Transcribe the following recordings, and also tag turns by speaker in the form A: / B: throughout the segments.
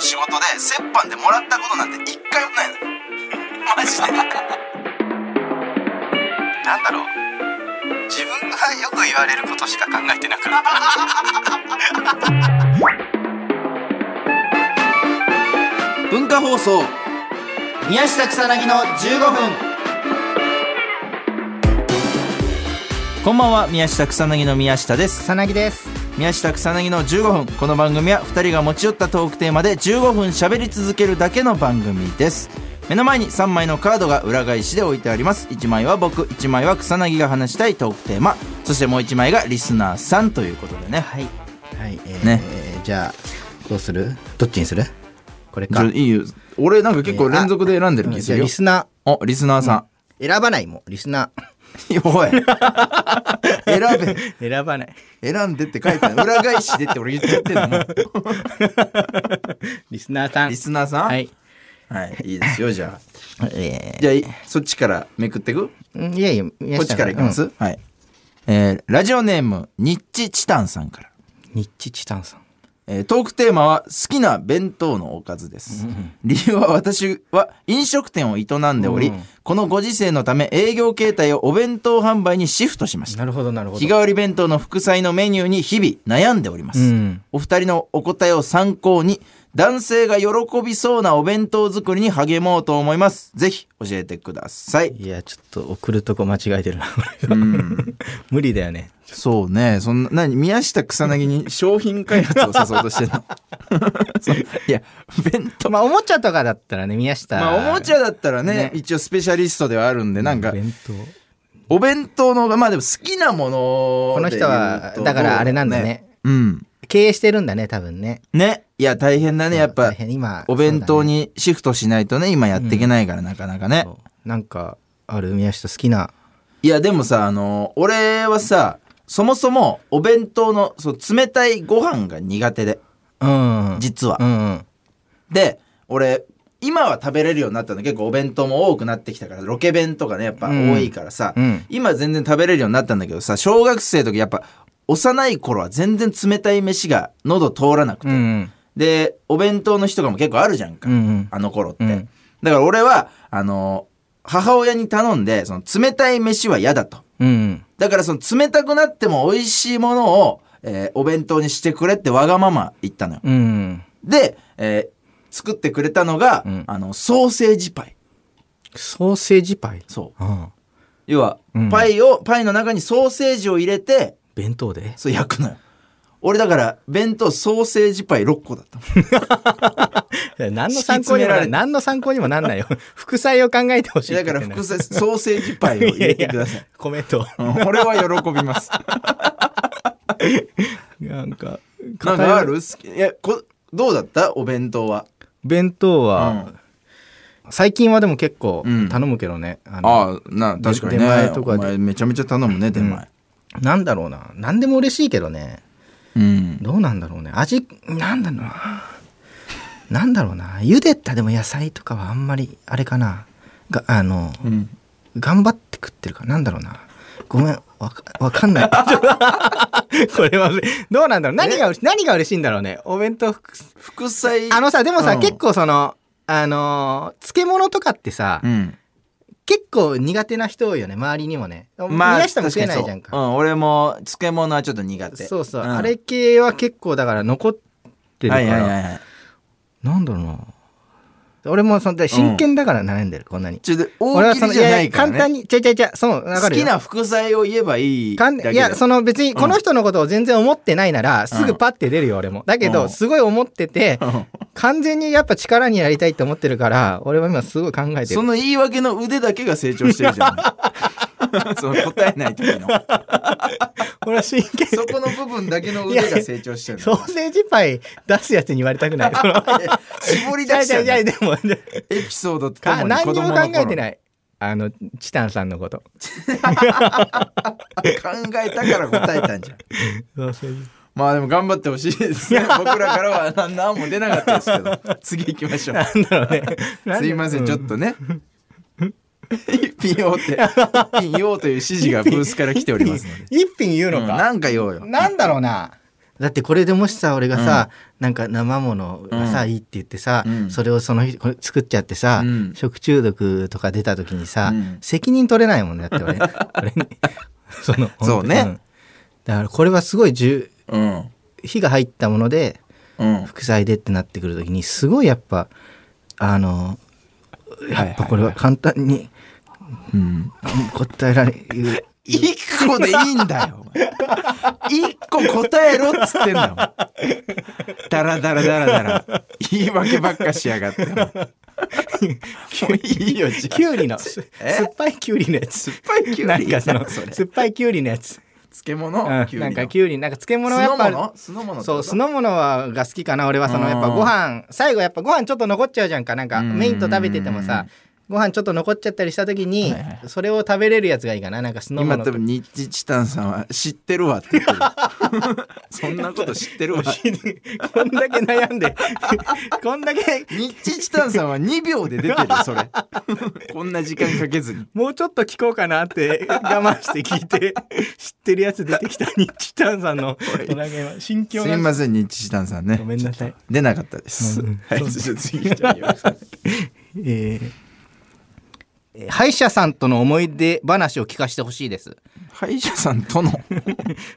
A: 仕事で折半でもらったことなんて一回もないのマジでなんだろう自分がよく言われることしか考えてなかった
B: 文化放送宮下草薙の15分こんばんは宮下草薙の宮下です
C: 草薙です
B: 宮下草薙の15分この番組は2人が持ち寄ったトークテーマで15分喋り続けるだけの番組です目の前に3枚のカードが裏返しで置いてあります1枚は僕1枚は草薙が話したいトークテーマそしてもう1枚がリスナーさんということでねはい
C: はいえー
B: ね
C: じゃあどうするどっちにするこれか
B: いいよ俺なんか結構連続で選んでる気す
C: じゃあ
B: るよ
C: リスナ
B: おリスナーさ
C: ー選ばないもんリスナ
B: ん おい選
C: ー選ばない
B: べ選んでって書いてある裏返しでって俺言っちゃってんの もう
C: リスナーさん
B: リスナーさん
C: はい
B: はいいいですよじゃあ
C: え
B: じゃあいそっちからめくってく
C: ーいやいや宮
B: こっ
C: 下
B: ち
C: さん
B: からいきます、
C: うん
B: はい。えーラジオネーム、ニッチチタンさんから。
C: ニッチチタンさん
B: えートークテーマは好きな弁当のおかずです。理由は私は飲食店を営んでおり、
C: うん
B: このご時世のため営業形態をお弁当販売にシフトしました。
C: なるほどなるほど
B: 日替わり弁当の副菜のメニューに日々悩んでおります、
C: うん
B: お二人のお答えを参考に男性が喜びそうなお弁当作りに励もうと思いますぜひ教えてください
C: いやちょっと送るとこ間違えてるな 無理だよね
B: そうね。そんな、何宮下草薙に商品開発をさそうとしてんのそう いや、弁当。
C: まあおもちゃとかだったらね宮下
B: まあ、おもちゃだったらね
C: ね
B: 一応スペシャリストではあるんで、なんか、
C: 弁当
B: お弁当の方が、まあでも好きなもの
C: この
B: で言
C: 人は
B: うと
C: だからあれなんだね。
B: うん。
C: 経営してるんだね多分ね
B: ね。いや、大変だね。やっ
C: 大
B: ぱ、
C: 変今
B: お弁当
C: そうだね
B: にシフトしないとね、今やっていけないから、なかなかね。
C: そうなんかある宮下好きない
B: や、でもさ、あの、俺はさ、そもそもお弁当の、そう、冷たいご飯が苦手で、
C: うん
B: 実は
C: う。ん
B: で俺今は食べれるようになったの結構お弁当も多くなってきたからロケ弁とかねやっぱ多いからさ、
C: うん
B: 今全然食べれるようになったんだけどさ小学生の時やっぱ幼い頃は全然冷たい飯が喉通らなくて、
C: うん
B: でお弁当の日とかも結構あるじゃんか、
C: うんうん
B: あの頃って、
C: うん
B: だから俺はあの母親に頼んでその冷たい飯は嫌だと
C: うん
B: だからその冷たくなっても美味しいものを、えーお弁当にしてくれってわがまま言ったのよ
C: うん
B: で、えー作ってくれたのが、
C: うん
B: あのソーセージパイ
C: ソーセージパイ
B: そう
C: うん
B: 要は、
C: うん
B: パイをパイの中にソーセージを入れて
C: 弁当で
B: そう焼くのよ俺だから弁当ソーセージパイ6個だ った
C: 何
B: の
C: の
B: 参
C: 参
B: 考
C: 考
B: に
C: に
B: もな
C: もな
B: らない
C: 何の参考にもなんないよ副菜を考えてほしい
B: だから副菜ソーセージパイを入れてく ださい
C: コメント
B: うん俺は喜びます
C: なんか
B: なんかある好きいやこどうだったお弁当は
C: 弁当は、最近はでも結構
B: うん
C: 頼むけどね、あの
B: ああな
C: 確かにね出前とかでお前
B: めちゃめちゃ頼むね出
C: 前、なんだろうな何でも嬉しいけどね
B: うん、
C: どうなんだろうね味なんだろうななんだろうな茹でたでも野菜とかはあんまりあれかながあの、
B: うん、
C: 頑張って食ってるからなんだろうなごめんわかわかんない これはどうなんだろう何がうれ何が嬉しいんだろうねお弁当副菜
B: 副菜
C: あのさでもさ、
B: うん
C: 結構そのあのー漬物とかってさ、
B: うん
C: 結構苦手な人多いよね周りにもね、宮下も食えないじゃん
B: 確に
C: か
B: そううん、俺も漬物はちょっと苦手
C: そうそう、
B: ん
C: あれ系は結構だから残ってるから、
B: はいはいはいはい
C: なんだろうな俺もそんで真剣だから悩んでる、こんなに
B: ちょっと
C: 俺
B: 大
C: は
B: 喜
C: そ
B: 利
C: の
B: じゃない
C: や
B: から、ね、
C: 簡単にちゃいちゃいちゃいそうわかる
B: 好き
C: よ
B: な副菜を言えばいい
C: か
B: だ
C: ん
B: けだよ
C: いやその別にこの人のことを全然思ってないならすぐパッて出るよ俺もだ
B: う
C: け
B: ん
C: どすごい思ってて
B: うん
C: 完全にやっぱ力になりたいって思ってるから俺は今すごい考えて
B: そ
C: る
B: の言い訳の腕だけが成長してるじゃ んその答えない時の
C: 俺は真剣
B: そこの部分だけの腕が成長してる
C: ソ
B: の
C: ーセージパイ出すやつに言われた くないその
B: 絞り
C: い
B: 出
C: や
B: し
C: いやい
B: た
C: や
B: ね
C: でも
B: エピソードととも
C: か
B: に
C: 何
B: 子
C: に
B: 供
C: も
B: の
C: 考
B: 頃
C: えてないあのチタンさんのこと
B: 考えたから答えたんじゃん
C: ソーセージ
B: まあでも頑張ってほしいですね 僕らからはな何も出なかったですけど 次行きましょう
C: なんだろうね なん
B: す
C: で
B: いません、ちょっ
C: う
B: とね。 一品言おう って、一品言おうという指示がブースから来ておりますので。
C: 一品言う
B: う
C: の
B: ん
C: か
B: なんか言おうよ。
C: なんだろうなだってこれでもしさ俺がさ、なんか生ものがさ、
B: うん
C: いいって言ってさ、
B: うん
C: それをその日これ作っちゃってさ、
B: うん
C: 食中毒とか出た時にさ、
B: うん
C: 責任取れないもんねだっ て俺俺に その
B: そうね
C: 本当にんだからこれはすごい重
B: うん
C: 火が入ったもので
B: うん
C: 副菜でってなってくる時にすごいやっぱあのやっぱこれは簡単に
B: うん
C: うん答えられ る
B: 一個でいいんだ よ。お前一個答えろっつってん だもん。ダラダラダラダラ。言い訳ばっかしやがって。もういいよ、時
C: き
B: 間。
C: ゅうりのす酸っぱいきゅうりのやつ
B: 酸っぱいきゅうり
C: なんかそ
B: な
C: の
B: んかそれ
C: 酸っぱいきゅうりのやつ、
B: 漬
C: うん、
B: 物
C: なん
B: きゅうりの
C: かきゅうりなんか漬物はやっ
B: 酢の
C: ぱ
B: 物酢の物ってこ
C: そ
B: と
C: う酢の物はが好きかな俺はその
B: うん
C: やっぱご飯最後やっぱご飯ちょっと残っちゃうじゃんかなんか
B: うん
C: メインと食べててもさご飯ちょっと残っちゃったりした時に
B: はいはい
C: それを食べれるやつがいいかななんか酢の
B: 今
C: 物
B: 多分ニッチチタンさんは知ってるわって言 ってるそんなこと知 ってるわ
C: こんだけ悩んで こんだけ
B: ニッチチタンさんは2秒で出てるそ れこんな時間かけずに
C: もうちょっと聞こうかなって我慢して聞い て知ってるやつ出てきたニッチタンさんのなんか今心境
B: す
C: が
B: みませんニッチチタンさんね
C: ごめんなさい
B: 出なかったです、
C: うん
B: はい
C: そう
B: じゃあ次じゃあ言 わせて
C: えーえー歯医者さんとの思い出話を聞かせてほしいです
B: 歯医者さんとの、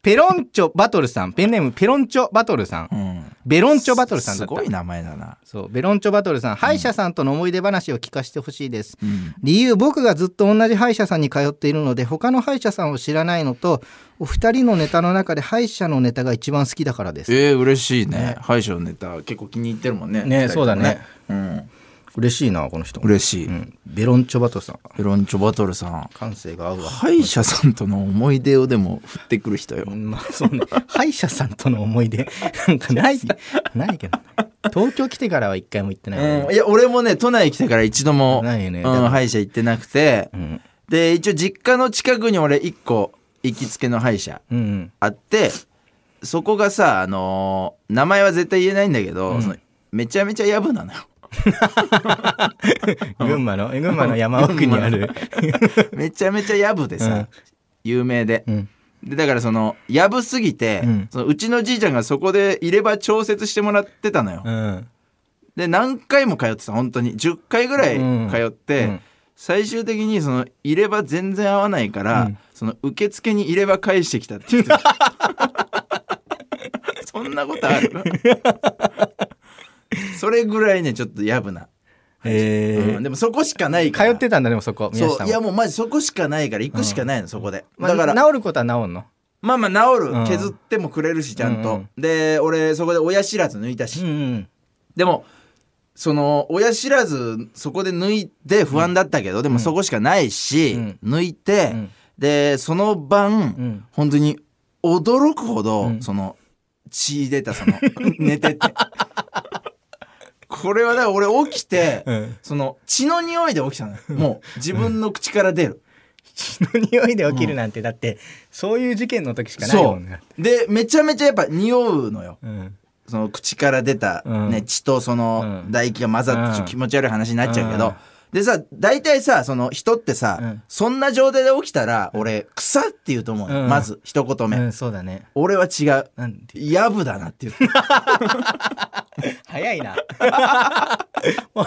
C: ペロンチョバトルさんペンネームペロンチョバトルさん
B: うん、
C: ベロンチョバトルさんだ
B: す
C: った
B: ごい名前だな、
C: そうベロンチョバトルさん歯医者さんとの思い出話を聞かせてほしいです、
B: うん、
C: 理由僕がずっと同じ歯医者さんに通っているので他の歯医者さんを知らないのとお二人のネタの中で歯医者のネタが一番好きだからです
B: えー、嬉しいね歯医者のネタ結構気に入ってるもんね
C: ね
B: 二人ともうん
C: 嬉しいなこの人
B: 嬉しい、
C: うん、ベロンチョバトルさん
B: ペロンチョバトルさん
C: 感性が合うわ
B: 歯医者さんとの思い出をでも振ってくる人よ
C: まあそうね歯医者さんとの思い出 なんかないないけど東京来てからは一回も行ってないね、
B: うん、いや俺もね都内来てから一度も、
C: ないよね
B: うん、歯医者行ってなくて、
C: うん
B: で一応実家の近くに俺一個行きつけの歯医者
C: うんうん
B: あってそこがさ、あのー名前は絶対言えないんだけど、
C: うん
B: そのめちゃめちゃやぶな のよ
C: 群馬の群馬の山奥にある、
B: めちゃめちゃやぶでさ、
C: うん
B: 有名で
C: うん、
B: でだからそのやぶすぎて、
C: う
B: うんそのうちのじいちゃんがそこで入れ歯調節してもらってたのよ、で何回も通ってた本当に10回ぐらい通って、
C: うんうん
B: 最終的にその入れ歯全然合わないから、
C: うん
B: その受付に入れ歯返してきたって言ってた そんなことあ るそれぐらいねちょっとやぶな、
C: えー
B: うんでもそこしかないか
C: 通
B: ら
C: ってたんだでもそこ宮
B: そう
C: 下も
B: いやもうマジそこしかないから行くしかないの、そこで
C: まあ
B: だから
C: 治ることは治んの
B: まあまあ治る、
C: うん
B: 削ってもくれるしちゃんと、
C: うん
B: で俺そこで親知らず抜いたし、
C: ん
B: でもその親知らずそこで抜いて不安だったけど、でもそこしかないし、
C: うん
B: 抜いて、
C: うん
B: でその晩、
C: うん
B: 本当に驚くほど、
C: うん
B: その血出たその 寝ててこれはだから俺起きて、
C: うん
B: その血の匂いで起きたのよもう自分の口から出る、
C: 血の匂いで起きるなんて、だってそういう事件の時しかない
B: そ
C: もんね
B: うでめちゃめちゃやっぱ匂うのよ
C: うん
B: その口から出た、
C: うん
B: ね、血とその
C: うん
B: 唾液が混ざってちょっ
C: う
B: と
C: ん
B: 気持ち悪い話になっちゃうけど、
C: うん
B: でさ大体さその人ってさ、
C: うん
B: そんな状態で起きたら俺「草」って言うと思うよ、
C: うん
B: まず一言目、
C: うんそうだね
B: 俺は違う
C: なんて
B: やぶだなって言う
C: 早いな
B: もう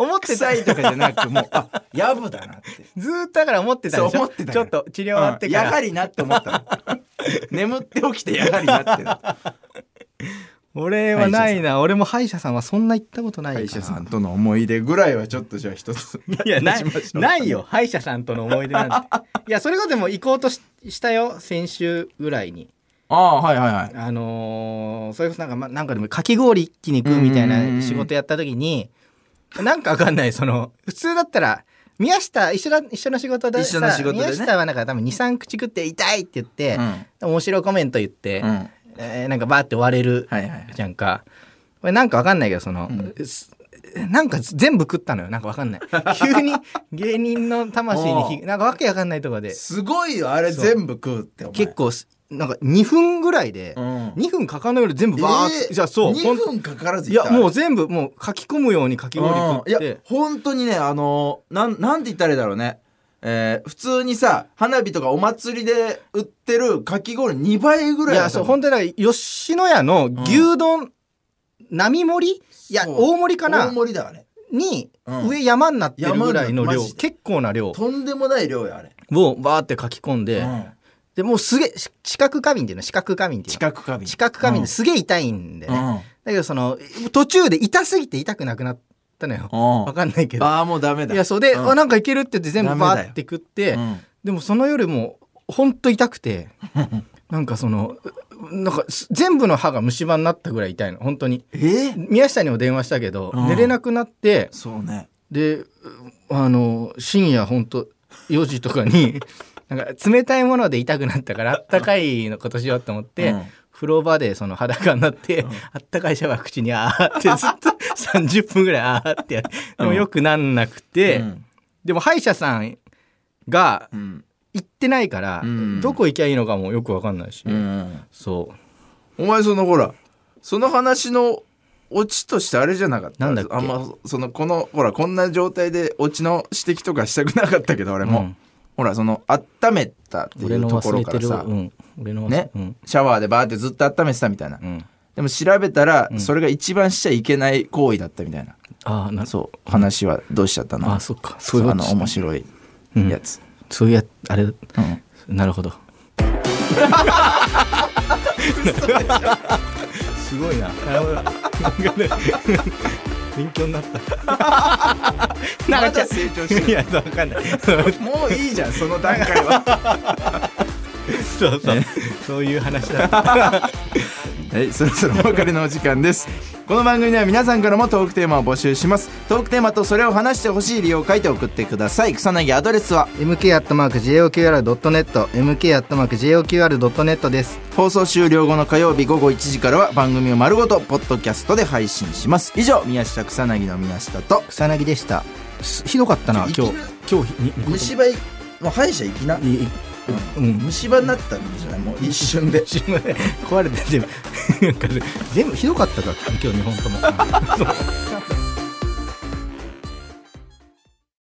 C: 思って
B: 臭
C: た
B: いとかじゃなくもうあやぶだな って
C: ずーっとだから思ってたでしょ
B: そう思ってた
C: ち
B: か
C: ょ
B: ら
C: っと治療終わってから、
B: うんやはりなって思った の眠って起きてやはりなって なった
C: 俺はないな俺も歯医者さんはそんな行ったことない
B: 歯
C: から
B: 医者さんとの思い出ぐらいはちょっとじゃあ一つ
C: い やない
B: しましょう
C: ないよ歯医者さんとの思い出 なんていやそれこそでも行こうとししたよ先週ぐらいに
B: ああはいはいはい
C: あのーそれこそなんか、ま、なんかでもかき氷一気に食うみたい
B: うんうんうんう
C: なん仕事やった時になんかわかんないその普通だったら宮下一緒だ一緒の仕事で
B: 一緒の仕事でね
C: 宮下はなんか多分23口食って痛いって言って、面白いコメント言って、
B: うん、うん、
C: えーなんかバーって終われる
B: はいはい
C: じゃんか。これなんかわかんないけど、その、すなんか全部食ったのよ。なんかわ かんない。急に芸人の魂に
B: お
C: ひ、
B: う
C: なんかわけわかんないとこで、
B: すごいよあれ
C: そう
B: 全部食うってお前
C: 結構す、なんか2分ぐらいで、
B: うん
C: 2分かかないより全部バーって、じゃあそう、ほん
B: 2分かからず
C: いや、も
B: う
C: う全部、もう書き込むようにかき氷食っ
B: いや
C: て、
B: 本当にねあのなんなんて言ったらいいだろうねええー普通にさ花火とかお祭りで売ってるかき氷2倍ぐらい
C: いやそう本
B: 当
C: 当にだから吉野家の牛丼、並盛りいや
B: そう
C: 大盛りか
B: 大
C: な
B: 盛りだあれ
C: に、
B: うん
C: 上山になってるぐらいの
B: 山になって
C: 量
B: マジで
C: 結構な量
B: とんでもない量やあれ、
C: をバーって書き込んで、
B: うん
C: でもうすげえし知覚過敏っていうの知覚過敏っていう
B: 知覚過敏
C: の知覚過敏ですげえ痛いんでね、だけどその途中で痛すぎて痛くなくなったのよ
B: うんうん
C: わかんないけど
B: ああもうダメだ
C: いやそうで、
B: うん
C: あなんかいけるって言って全部
B: ダメだ
C: バ
B: よ
C: ーって食って、
B: うん
C: でもその夜もうほんと痛 くてなんかそのなんかす全部の歯が虫歯になったぐらい痛いの本当に
B: えー
C: 宮下にも電話したけど、
B: うん
C: 寝れなくなって
B: そうね
C: でうあの深夜ほんと4時とかに なんか冷たいもので痛くなったからあったかいのことしようと思って、
B: うん
C: 風呂場でその裸になって、あったかいシャワー口にあー ってずっと30分ぐらいあーってやってでもよくなんなくて、
B: うん
C: でも歯医者さんが
B: うん
C: 行ってないから、
B: うん
C: どこ行きゃいいのかもよくわかんないし、
B: うん
C: そ
B: お前そのほらその話のオチとしてあれじゃなかった
C: なんだっけ
B: あんまそのこのほらこんな状態でオチの指摘とかしたくなかったけど俺
C: う
B: も、
C: うん
B: ほらその温めたってい
C: 俺
B: う
C: の
B: とこ
C: 忘
B: ろ
C: れ
B: か
C: て
B: ら
C: る、
B: さ、
C: うん、俺の忘れ
B: ね、
C: うん
B: シャワーでバーってずっと温めてたみたいな、
C: うん、
B: でも調べたら
C: うん
B: それが一番しちゃいけない行為だったみたいな、
C: ああなそう
B: そう話はどうしちゃったの
C: あーそっか
B: そ
C: そういう
B: うあ
C: こと
B: の面白い
C: うん
B: やつ、
C: そういうやあれ
B: うん
C: なるほどすごいななるほど勉強になった
B: まだ成長して
C: いやわかんない
B: もういいじゃんその段階は
C: そうそうそういう話だった
B: はいそろそろお別れのお時間ですこの番組では皆さんからもトークテーマを募集しますトークテーマとそれを話してほしい理由を書いて送ってください草薙アドレスは
C: mk.joqr.net mk.joqr.net です
B: 放送終了後の火曜日午後1時からは番組を丸ごとポッドキャストで配信します以上宮下草薙の宮下と
C: 草薙でしたひどかったな
B: ちょい
C: 今日
B: きな
C: 今日にに
B: 虫歯の歯医者行きない
C: いうん
B: 虫歯になったんじゃないもう一瞬で
C: 自分で壊れて全部なんか全部ひどかったから今日2本とも。